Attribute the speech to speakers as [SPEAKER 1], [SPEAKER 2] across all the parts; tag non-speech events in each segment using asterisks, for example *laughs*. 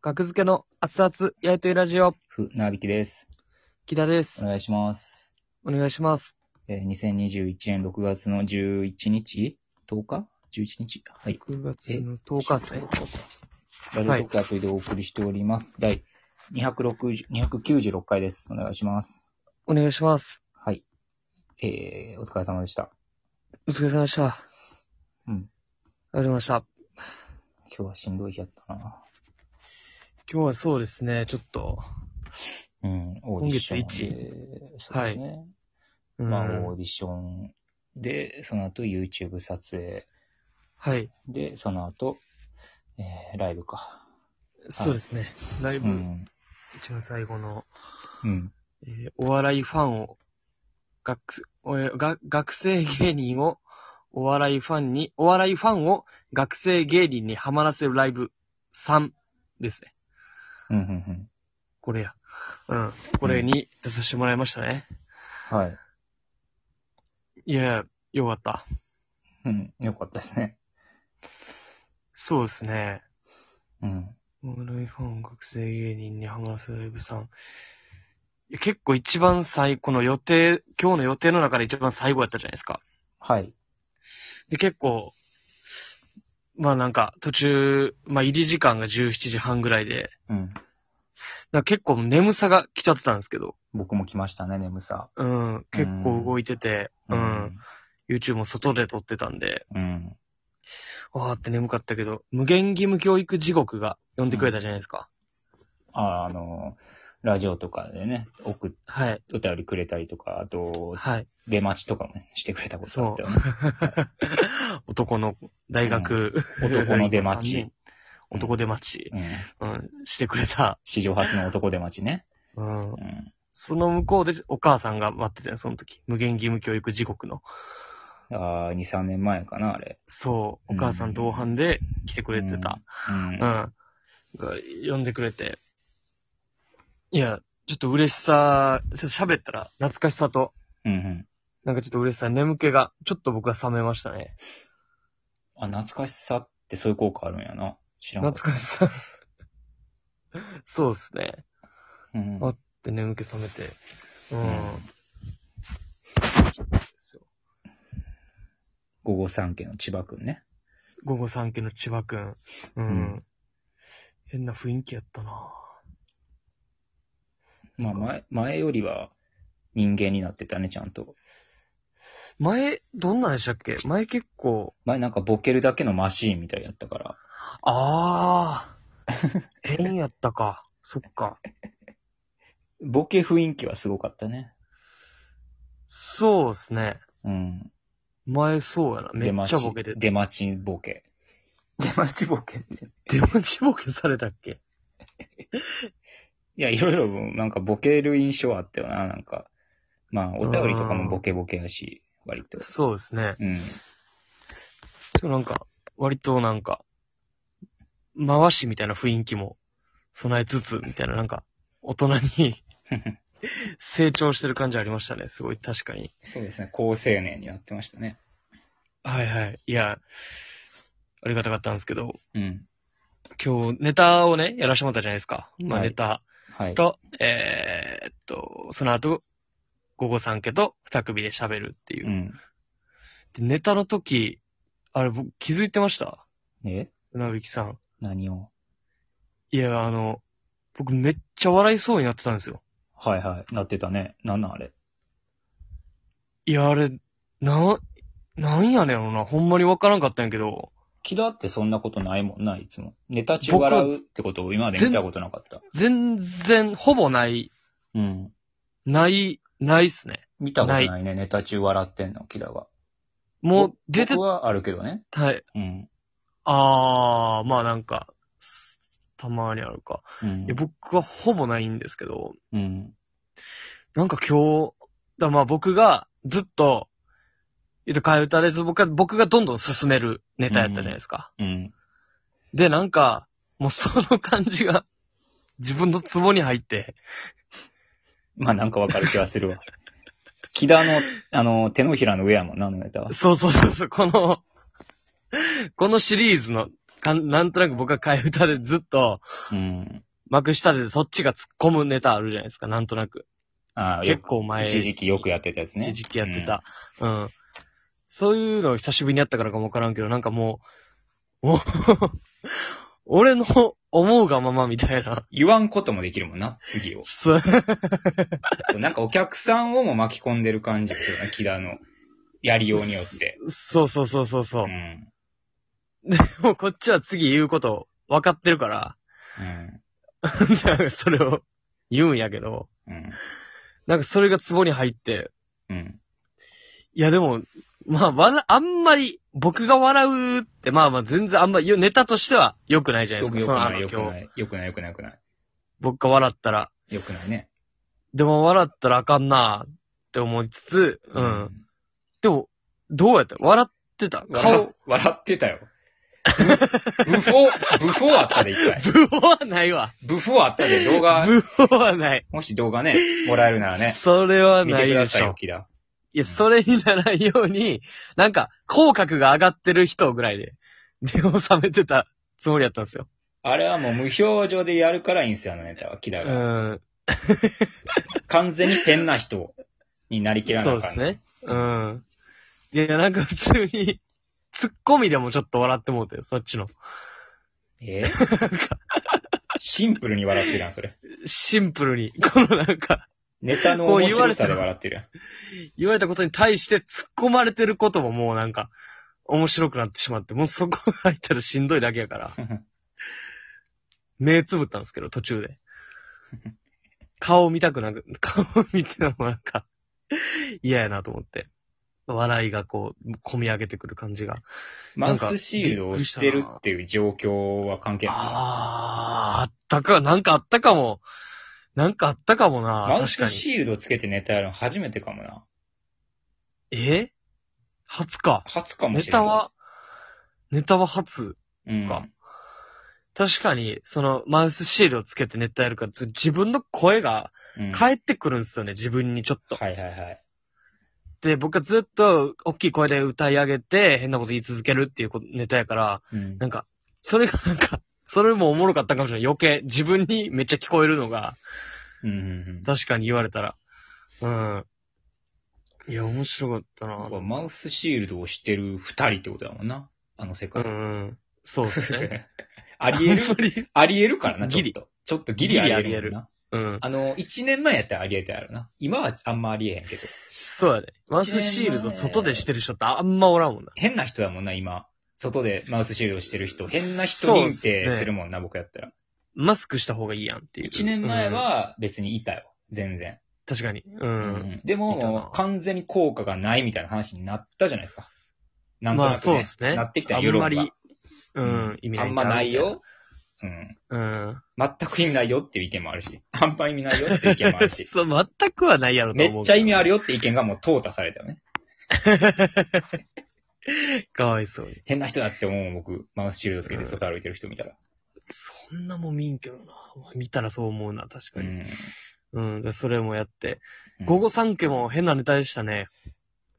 [SPEAKER 1] 学付けの熱々焼いてるラジオ、
[SPEAKER 2] ふ、なびきです。
[SPEAKER 1] 木田で
[SPEAKER 2] お
[SPEAKER 1] す。
[SPEAKER 2] 願いします。
[SPEAKER 1] お願いします。
[SPEAKER 2] えー、2021年6月の11日 ?10 日 ?11 日はい。
[SPEAKER 1] 9月の10日ですね。
[SPEAKER 2] ラジオトークアプリでお送りしております。第260 296回です。お願いします。
[SPEAKER 1] お願いします。
[SPEAKER 2] はい。えー、お疲れ様でした。
[SPEAKER 1] お疲れ様でした。
[SPEAKER 2] うん。
[SPEAKER 1] ありがとうございました。
[SPEAKER 2] 今日はしんどい日やったな。
[SPEAKER 1] 今日はそうですね、ちょっと。
[SPEAKER 2] うん、オーディションで。
[SPEAKER 1] 今月一
[SPEAKER 2] そうですね。
[SPEAKER 1] うん
[SPEAKER 2] まあ、オーディションで、その後 YouTube 撮影
[SPEAKER 1] はい。
[SPEAKER 2] で、その後、えー、ライブか。
[SPEAKER 1] そうですね。ライ
[SPEAKER 2] う
[SPEAKER 1] ブ、
[SPEAKER 2] ん。
[SPEAKER 1] 一番最後の、
[SPEAKER 2] うん。
[SPEAKER 1] えーお笑いファンを、学す、おえが学生芸人を、お笑いファンに、お笑いファンを学生芸人にハマらせるライブ3ですね。
[SPEAKER 2] うん、うん、うん。
[SPEAKER 1] これや。うん。これに出させてもらいましたね。
[SPEAKER 2] はい。
[SPEAKER 1] いやいや、よかった。
[SPEAKER 2] うん、よかったですね。
[SPEAKER 1] そうですね。
[SPEAKER 2] うん。
[SPEAKER 1] お笑いファン、学生芸人にハマらせるライブさん。いや結構一番最、この予定、今日の予定の中で一番最後やったじゃないですか。
[SPEAKER 2] はい。
[SPEAKER 1] で、結構、まあなんか途中、まあ入り時間が17時半ぐらいで、
[SPEAKER 2] うん。
[SPEAKER 1] なんか結構眠さが来ちゃってたんですけど、
[SPEAKER 2] 僕も来ましたね、眠さ。
[SPEAKER 1] うん、結構動いてて、うん、。YouTube も外で撮ってたんで、
[SPEAKER 2] うん。
[SPEAKER 1] わーって眠かったけど、無限義務教育地獄が呼んでくれたじゃないですか。
[SPEAKER 2] あ、あの、ラジオとかでね、送っ、
[SPEAKER 1] はい、
[SPEAKER 2] お便りくれたりとか、あと、 *laughs*
[SPEAKER 1] はい。
[SPEAKER 2] 出待ちとかもね、してくれたことあったよね。
[SPEAKER 1] 男の大学、
[SPEAKER 2] うん男の出待ち
[SPEAKER 1] 三人。男出待ち、
[SPEAKER 2] うん。
[SPEAKER 1] うん、してくれた。
[SPEAKER 2] 史上初の男出待ちね。
[SPEAKER 1] うん
[SPEAKER 2] う。ん。
[SPEAKER 1] その向こうでお母さんが待ってたよ、その時。無限義務教育地獄の。
[SPEAKER 2] ああ、2、3年前かな、あれ。
[SPEAKER 1] そう、
[SPEAKER 2] う
[SPEAKER 1] お
[SPEAKER 2] ん
[SPEAKER 1] 母さん同伴で来てくれてた。
[SPEAKER 2] うん。
[SPEAKER 1] う。
[SPEAKER 2] うんん。
[SPEAKER 1] が呼んでくれて。いや、ちょっと嬉しさ、ちょっと喋ったら懐かしさと、
[SPEAKER 2] うん。
[SPEAKER 1] なんかちょっと嬉しさ、眠気が、ちょっと僕は冷めましたね。
[SPEAKER 2] あ、懐かしさってそういう効果あるんやな。知らんか
[SPEAKER 1] 懐
[SPEAKER 2] った。
[SPEAKER 1] かしさ。 *laughs* そうですね。
[SPEAKER 2] うん。
[SPEAKER 1] あで、眠気覚めて。うん。
[SPEAKER 2] ん午後三家の千葉くんね。
[SPEAKER 1] 午後3家の千葉くん。うん。
[SPEAKER 2] うん
[SPEAKER 1] 変な雰囲気やったな
[SPEAKER 2] まあ、前、前よりは人間になってたね、ちゃんと。
[SPEAKER 1] 前、どんなんでしたっけ前結構、
[SPEAKER 2] 前なんかボケるだけのマシーンみたいやったから。
[SPEAKER 1] ああ *laughs* 変やったか。そっか。
[SPEAKER 2] ボケ雰囲気はすごかったね。
[SPEAKER 1] そうですね。
[SPEAKER 2] うん。
[SPEAKER 1] 前そうやな。め
[SPEAKER 2] 出
[SPEAKER 1] っち
[SPEAKER 2] 待
[SPEAKER 1] ゃボケて
[SPEAKER 2] 出待ちボケ。出待ちボケって。
[SPEAKER 1] *laughs* 出待ちボケされたっけ
[SPEAKER 2] いや、いろいろなんかボケる印象はあったよな、なんか。まあ、お便りとかもボケボケやし、割と。
[SPEAKER 1] そうですね。
[SPEAKER 2] うん。
[SPEAKER 1] でもなんか、割となんか、回しみたいな雰囲気も備えつつ、みたいな、なんか、大人に
[SPEAKER 2] *laughs*
[SPEAKER 1] 成長してる感じありましたね。すごい、確かに。
[SPEAKER 2] そうですね、高青年になってましたね。
[SPEAKER 1] はいはい。いや、ありがたかったんですけど、
[SPEAKER 2] うん。
[SPEAKER 1] 今日ネタをね、やらしてもらったじゃないですか。まあ
[SPEAKER 2] はい
[SPEAKER 1] ネタ
[SPEAKER 2] はい。
[SPEAKER 1] と、えーっと、その後、午後三家と二組で喋るっていう
[SPEAKER 2] う。ん。
[SPEAKER 1] でネタの時、あれ僕気づいてました
[SPEAKER 2] え
[SPEAKER 1] なびきさん。
[SPEAKER 2] 何を
[SPEAKER 1] いや、あの、僕めっちゃ笑いそうになってたんですよ。
[SPEAKER 2] はいはい。なってたね。なんなんあれ。
[SPEAKER 1] いや、あれ、な、なんやねんやろな。ほんまにわからんかったんやけど、
[SPEAKER 2] 木田ってそんなことないもんな、いつも。ネタ中笑うってことを今まで見たことなかった。
[SPEAKER 1] 全然、ほぼない、
[SPEAKER 2] うん。
[SPEAKER 1] ない、ないっすね。
[SPEAKER 2] 見たことないね、ネタ中笑ってんの、キラが。
[SPEAKER 1] もう出て
[SPEAKER 2] 僕はあるけどね。
[SPEAKER 1] た、はい。
[SPEAKER 2] うん。
[SPEAKER 1] あー、まあなんか、すたまにあるか。
[SPEAKER 2] うん
[SPEAKER 1] いや、僕はほぼないんですけど、
[SPEAKER 2] うん。
[SPEAKER 1] なんか今日、だまあ僕がずっと、えっと、替え歌でず僕が、僕がどんどん進めるネタやったじゃないですか。
[SPEAKER 2] うん。
[SPEAKER 1] で、なんか、もうその感じが、自分のツボに入って、
[SPEAKER 2] まあなんかわかる気はする
[SPEAKER 1] *laughs*
[SPEAKER 2] わ。木田の、あの、手のひらの上やもんな、あのネタは。
[SPEAKER 1] そうそうそうそう、この、このシリーズのかん、なんとなく僕は替え歌でずっと、
[SPEAKER 2] うん。
[SPEAKER 1] 幕下でそっちが突っ込むネタあるじゃないですか、なんとなく。
[SPEAKER 2] ああ、よ
[SPEAKER 1] 結構前、
[SPEAKER 2] 一時期よくやってたやつね。
[SPEAKER 1] 一時期やってた。うん。そういうのを久しぶりにやったからかもわからんけど、なんかもう、 *laughs* もう俺の思うがままみたいな。。
[SPEAKER 2] 言わんこともできるもんな、次を
[SPEAKER 1] そう
[SPEAKER 2] そうなんかお客さんをも巻き込んでる感じがするな、木田のやりようによって。
[SPEAKER 1] そうそうそうそうそうう。
[SPEAKER 2] ん。
[SPEAKER 1] もうこっちは次言うこと分かってるから、
[SPEAKER 2] う
[SPEAKER 1] *laughs*
[SPEAKER 2] ん。
[SPEAKER 1] じゃあそれを言うんやけど、
[SPEAKER 2] うん。
[SPEAKER 1] なんかそれがツボに入って、
[SPEAKER 2] うん。
[SPEAKER 1] いやでも、まあ、わら、あんまり、僕が笑うって、まあまあ全然あんまり、よネタとしては良くないじゃない
[SPEAKER 2] よ
[SPEAKER 1] で
[SPEAKER 2] く
[SPEAKER 1] す
[SPEAKER 2] よ
[SPEAKER 1] か、
[SPEAKER 2] く
[SPEAKER 1] そのあ
[SPEAKER 2] な
[SPEAKER 1] の
[SPEAKER 2] い、よく
[SPEAKER 1] 今
[SPEAKER 2] な
[SPEAKER 1] 日。
[SPEAKER 2] い、よくない、よくない、よくない。
[SPEAKER 1] 僕が笑ったら。
[SPEAKER 2] よくないね。
[SPEAKER 1] でも笑ったらあかんなって思いつつ、うん。。でも、どうやって笑ってた
[SPEAKER 2] 顔
[SPEAKER 1] 顔、、
[SPEAKER 2] 笑ってたよ。ブブフォ、ブフォあったで一
[SPEAKER 1] *laughs*
[SPEAKER 2] 回。
[SPEAKER 1] ブホはないわ。
[SPEAKER 2] ブフォあったで動画、
[SPEAKER 1] ブホはない。
[SPEAKER 2] もし動画ね、もらえるならね、
[SPEAKER 1] それは
[SPEAKER 2] 見
[SPEAKER 1] な
[SPEAKER 2] て
[SPEAKER 1] い
[SPEAKER 2] くだ
[SPEAKER 1] で
[SPEAKER 2] さ
[SPEAKER 1] し
[SPEAKER 2] い
[SPEAKER 1] ょ
[SPEAKER 2] よ、。木田。
[SPEAKER 1] いや、それにならんように、なんか、口角が上がってる人ぐらいで、で、収めてたつもりやったんですよ。
[SPEAKER 2] あれはもう無表情でやるからいいんですよ、あのネタは、木
[SPEAKER 1] う
[SPEAKER 2] 田が。
[SPEAKER 1] ん。
[SPEAKER 2] 完全に変な人になりきらな
[SPEAKER 1] そ
[SPEAKER 2] あ
[SPEAKER 1] う
[SPEAKER 2] か
[SPEAKER 1] で
[SPEAKER 2] ん
[SPEAKER 1] すね。うん。いや、なんか普通に、ツッコミでもちょっと笑ってもうて、そっちの。
[SPEAKER 2] えシンプルに笑ってるやん、それ。
[SPEAKER 1] シンプルに、このなんか、
[SPEAKER 2] ネタの面白さで笑ってるやん。
[SPEAKER 1] 言われたことに対して突っ込まれてることももうなんか、面白くなってしまって、もうそこ入ったらしんどいだけや
[SPEAKER 2] *laughs*
[SPEAKER 1] から、目つぶったんですけど、途中で。顔見たくなく、 *laughs* 顔見てもなんか、嫌やなと思って。笑いがこう、込み上げてくる感じが。
[SPEAKER 2] マウスシールドをしてるっていう状況は関係な
[SPEAKER 1] ああ、あったか、なんかあったかも。なんかあったかも
[SPEAKER 2] い。
[SPEAKER 1] な、
[SPEAKER 2] マウ
[SPEAKER 1] 確か
[SPEAKER 2] ス
[SPEAKER 1] に。
[SPEAKER 2] シールドつけてネタやるの初めてかもな。
[SPEAKER 1] え初か。
[SPEAKER 2] 初かも
[SPEAKER 1] ネ
[SPEAKER 2] しれない。
[SPEAKER 1] タは、ネタは初。
[SPEAKER 2] うん
[SPEAKER 1] か確かに、その、マウスシールをつけてネタやるから、ず自分の声が
[SPEAKER 2] うん
[SPEAKER 1] 返ってくるんですよね、自分にちょっと。
[SPEAKER 2] はいはいはい。
[SPEAKER 1] で、僕はずっと、大きい声で歌い上げて、変なこと言い続けるっていうことネタやから、
[SPEAKER 2] うん
[SPEAKER 1] なんか、それがなんか、それもおもろかったかもしれない。余計、自分にめっちゃ聞こえるのが、
[SPEAKER 2] うんうん
[SPEAKER 1] 確かに言われたら。うん。いや、面白かったな。
[SPEAKER 2] うん。マウスシールドをしてる二人ってことだもんな。あの世
[SPEAKER 1] う
[SPEAKER 2] 界。
[SPEAKER 1] んうん。そう
[SPEAKER 2] *laughs*
[SPEAKER 1] ですね。
[SPEAKER 2] ありえる
[SPEAKER 1] あんまり
[SPEAKER 2] ありえるからな、ちょ
[SPEAKER 1] ギ
[SPEAKER 2] っ
[SPEAKER 1] リ
[SPEAKER 2] と。ちょっとギリありえるもんな。
[SPEAKER 1] ギリありえうん。
[SPEAKER 2] あの、一年前やったらありえたやろな。今はあんまありえへんけど。
[SPEAKER 1] そうやね。マウスシールド外でしてる人ってあんまおらんもんな。
[SPEAKER 2] 変な人やもんな、今。外でマウスシールドしてる人。変な人
[SPEAKER 1] そうっ
[SPEAKER 2] 認
[SPEAKER 1] すね
[SPEAKER 2] 定するもんな、僕やったら。
[SPEAKER 1] マスクした方がいいやんっていう。
[SPEAKER 2] 一年前
[SPEAKER 1] うん、
[SPEAKER 2] は別にいたよ。全然。
[SPEAKER 1] 確かに。う。
[SPEAKER 2] うんでも、
[SPEAKER 1] いたな
[SPEAKER 2] もう完全に効果がないみたいな話になったじゃないですか。なんと
[SPEAKER 1] ま
[SPEAKER 2] なく、ね。
[SPEAKER 1] あそうですね。
[SPEAKER 2] なってきた
[SPEAKER 1] あ
[SPEAKER 2] よ
[SPEAKER 1] ん
[SPEAKER 2] 世
[SPEAKER 1] ま
[SPEAKER 2] 論が
[SPEAKER 1] り。、うん、意味な
[SPEAKER 2] あ
[SPEAKER 1] い
[SPEAKER 2] ん
[SPEAKER 1] ちゃ
[SPEAKER 2] ま
[SPEAKER 1] う
[SPEAKER 2] ない。よ。うん。
[SPEAKER 1] うん。
[SPEAKER 2] 全く意味ないよっていう意見もあるし。あんま意味ないよっていう意見もあるし。
[SPEAKER 1] *laughs* そう、全くはないやろと
[SPEAKER 2] め
[SPEAKER 1] 思う。
[SPEAKER 2] っちゃ意味あ
[SPEAKER 1] る。
[SPEAKER 2] るよって意見がもう淘汰されたよね。
[SPEAKER 1] かわいそうに。
[SPEAKER 2] 変な人だって思うもん僕、マウスシールドつけて外歩いてる人見たら。
[SPEAKER 1] そんなもん見んけどな。見たらそう思うな、確か
[SPEAKER 2] う
[SPEAKER 1] に。
[SPEAKER 2] ん
[SPEAKER 1] うん、でそれもやって。午後三家も変なネタでしたね。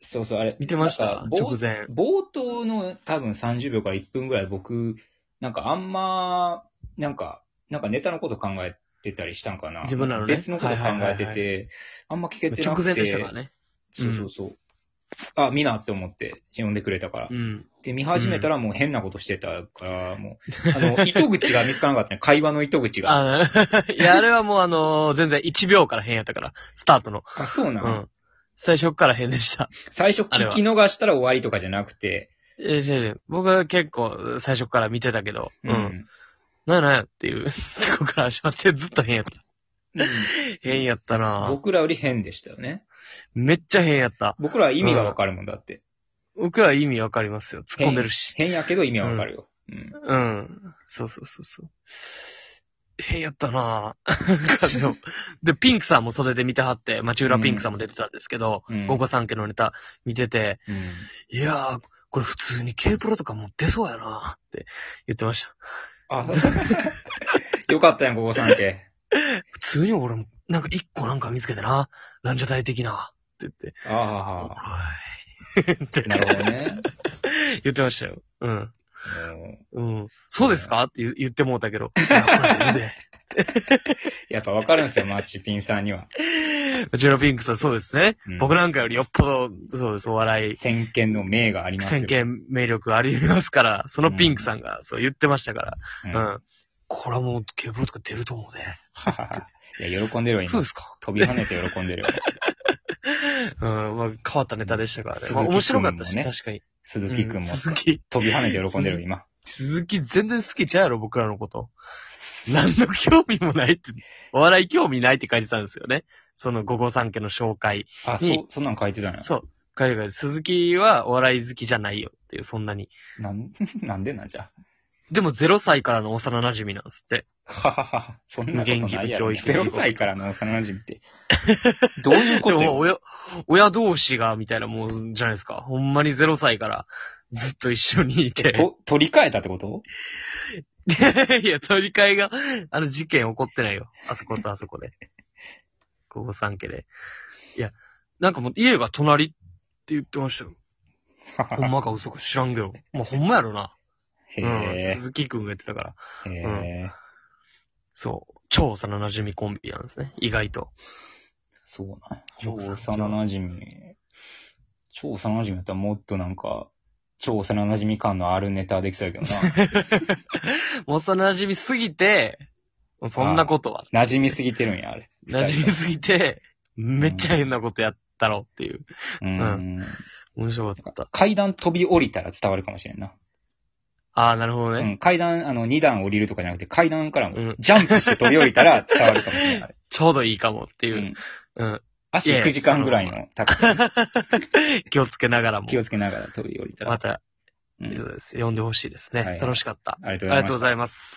[SPEAKER 2] そうそう、あれ。
[SPEAKER 1] 見てまし
[SPEAKER 2] な
[SPEAKER 1] た
[SPEAKER 2] んか
[SPEAKER 1] 直
[SPEAKER 2] 冒
[SPEAKER 1] 前。
[SPEAKER 2] 冒頭の多分30秒から1分ぐらい僕、なんかあんま、なんか、なんかネタのこと考えてたりしたんかな。
[SPEAKER 1] 自分らのね
[SPEAKER 2] 別のこと考えて
[SPEAKER 1] はいはいはい
[SPEAKER 2] て、あんま聞けてな
[SPEAKER 1] 直
[SPEAKER 2] くて。
[SPEAKER 1] 前でしたからね。
[SPEAKER 2] そうそうそう。あ、見なって思って、呼んでくれたから。
[SPEAKER 1] うん。
[SPEAKER 2] で、見始めたらもう変なことしてたから、もう、あ
[SPEAKER 1] *laughs*
[SPEAKER 2] の、糸口が見つからなかったね。会話の糸口が。
[SPEAKER 1] あ *laughs* いや、あれはもうあのー全然1秒から変やったから、スタートの。
[SPEAKER 2] あ、そう
[SPEAKER 1] う
[SPEAKER 2] なの、
[SPEAKER 1] ん。最初から変でした。
[SPEAKER 2] 最初
[SPEAKER 1] あれ
[SPEAKER 2] 聞
[SPEAKER 1] は
[SPEAKER 2] き逃したら終わりとかじゃなくて、
[SPEAKER 1] え、先生、僕は結構最初から見てたけど、うん。なんやなんやっていう、こ *laughs* こから始まってずっと変やった。
[SPEAKER 2] うん
[SPEAKER 1] 変やったな
[SPEAKER 2] 僕らより変でしたよね。
[SPEAKER 1] めっちゃ変やった。
[SPEAKER 2] 僕らは意味がわかるもんだって。
[SPEAKER 1] 僕ら意味わかりますよ。突っ込んでるし。
[SPEAKER 2] 変やけど意味はわかるよ。うん。
[SPEAKER 1] うん。そうそうそうそう。変やったななんかで
[SPEAKER 2] *laughs*
[SPEAKER 1] も、で、ピンクさんも袖で見てはって、町浦ピンクさんも出てたんですけど、
[SPEAKER 2] うん
[SPEAKER 1] 午後三家のネタ見てて、
[SPEAKER 2] うん
[SPEAKER 1] いやー、これ普通に K プロとかも出そうやなって言ってました。
[SPEAKER 2] あ、よかったやん、ここさんけ。
[SPEAKER 1] 普通に俺も、なんか一個なんか見つけてな、ランジャタイ的な、って言って、
[SPEAKER 2] あ
[SPEAKER 1] はい。って
[SPEAKER 2] あ、なるほどね。
[SPEAKER 1] *laughs* 言ってましたよ。うん。
[SPEAKER 2] もう
[SPEAKER 1] うん。そうですかって言う言ってもうた
[SPEAKER 2] *laughs*
[SPEAKER 1] けど。いやこれで
[SPEAKER 2] やっぱわかるんですよ、マッチピンさんには。
[SPEAKER 1] ジェラピンクさんそうですね。
[SPEAKER 2] うん
[SPEAKER 1] 僕なんかよりよっぽど、そうです、お笑い、
[SPEAKER 2] 先見の明がありますよ。
[SPEAKER 1] 先見名力ありますから、そのピンクさんがそう言ってましたから。
[SPEAKER 2] う。
[SPEAKER 1] うんん。
[SPEAKER 2] は
[SPEAKER 1] これはもう、ケーブルとか出ると思うね。
[SPEAKER 2] ははいや、喜んでるわ、
[SPEAKER 1] そう
[SPEAKER 2] 今
[SPEAKER 1] で。すか。
[SPEAKER 2] 飛び跳ねて喜
[SPEAKER 1] *laughs*
[SPEAKER 2] んでるわ。
[SPEAKER 1] うん、まあ、変わったネタでしたからね。
[SPEAKER 2] 鈴木
[SPEAKER 1] まあ、面白かった
[SPEAKER 2] 君
[SPEAKER 1] し、
[SPEAKER 2] もね
[SPEAKER 1] 確かに。
[SPEAKER 2] 鈴木くんも *laughs*
[SPEAKER 1] うん鈴木、
[SPEAKER 2] 飛び跳ねて喜んでるよ、今。
[SPEAKER 1] 鈴木全然好きちゃうやろ、僕らのこと。何の興味もないって、お笑い興味ないって書いてたんですよね。その午後三家の紹介。
[SPEAKER 2] あ、そう、そんなん書いてたのよ。
[SPEAKER 1] そう。書いてある鈴木はお笑い好きじゃないよっていう、そんなに。
[SPEAKER 2] なん、 *laughs* なんでなんじゃ。
[SPEAKER 1] でも0歳からの幼馴染なんですって。
[SPEAKER 2] はははは。そんなことないや
[SPEAKER 1] 無
[SPEAKER 2] ろ。
[SPEAKER 1] 限期の教育事
[SPEAKER 2] 0
[SPEAKER 1] 故
[SPEAKER 2] 歳からの幼馴染って。どういうこ
[SPEAKER 1] *laughs* で
[SPEAKER 2] と
[SPEAKER 1] も
[SPEAKER 2] よ
[SPEAKER 1] 親、親同士が、みたいなもんじゃないですか。ほんまに0歳からずっと一緒にいて。
[SPEAKER 2] と、取り替えたってこと
[SPEAKER 1] *laughs* いや、取り替えが、あの事件起こってないよ。あそことあそこで。午後三家で。いや、なんかもう家が隣って言ってましたよ。ほんまか嘘か知らんけど。まあ、ほんまやろな。
[SPEAKER 2] *laughs* へ
[SPEAKER 1] うん。
[SPEAKER 2] え。
[SPEAKER 1] 鈴木くんが言ってたから。
[SPEAKER 2] へえ。
[SPEAKER 1] そう。超幼馴染コンビなんですね。意外と。
[SPEAKER 2] そうなん。超
[SPEAKER 1] 奥さん
[SPEAKER 2] 幼馴染。超幼馴染だったらもっとなんか、超幼馴染感のあるネタできそうやけどな。
[SPEAKER 1] もう幼馴染すぎて、そんなことは。 *laughs*
[SPEAKER 2] 馴染みすぎてるんや、あれ。
[SPEAKER 1] 馴染みすぎて、めっちゃ変なことやったろっていう。
[SPEAKER 2] うん。うん
[SPEAKER 1] 面白かった。
[SPEAKER 2] 階段飛び降りたら伝わるかもしれんな。
[SPEAKER 1] ああ、なるほど
[SPEAKER 2] う
[SPEAKER 1] ね。
[SPEAKER 2] ん。階段、あの、二段降りるとかじゃなくて、階段から
[SPEAKER 1] う
[SPEAKER 2] も
[SPEAKER 1] ん
[SPEAKER 2] ジャンプして飛び降りたら *laughs* 伝わるかもしれない。あれ
[SPEAKER 1] ちょうどいいかもっていうう。
[SPEAKER 2] ん。
[SPEAKER 1] うん。
[SPEAKER 2] 足
[SPEAKER 1] いやいや
[SPEAKER 2] 9時間ぐらいの高さ
[SPEAKER 1] 気をつけながらも。
[SPEAKER 2] 気をつけながら飛び降りたら。
[SPEAKER 1] また、
[SPEAKER 2] うん
[SPEAKER 1] 読んでほしいですね。
[SPEAKER 2] はい
[SPEAKER 1] 楽しかった。
[SPEAKER 2] ありがと
[SPEAKER 1] ありが
[SPEAKER 2] うございま
[SPEAKER 1] とう
[SPEAKER 2] し
[SPEAKER 1] ご
[SPEAKER 2] た。
[SPEAKER 1] ざいます。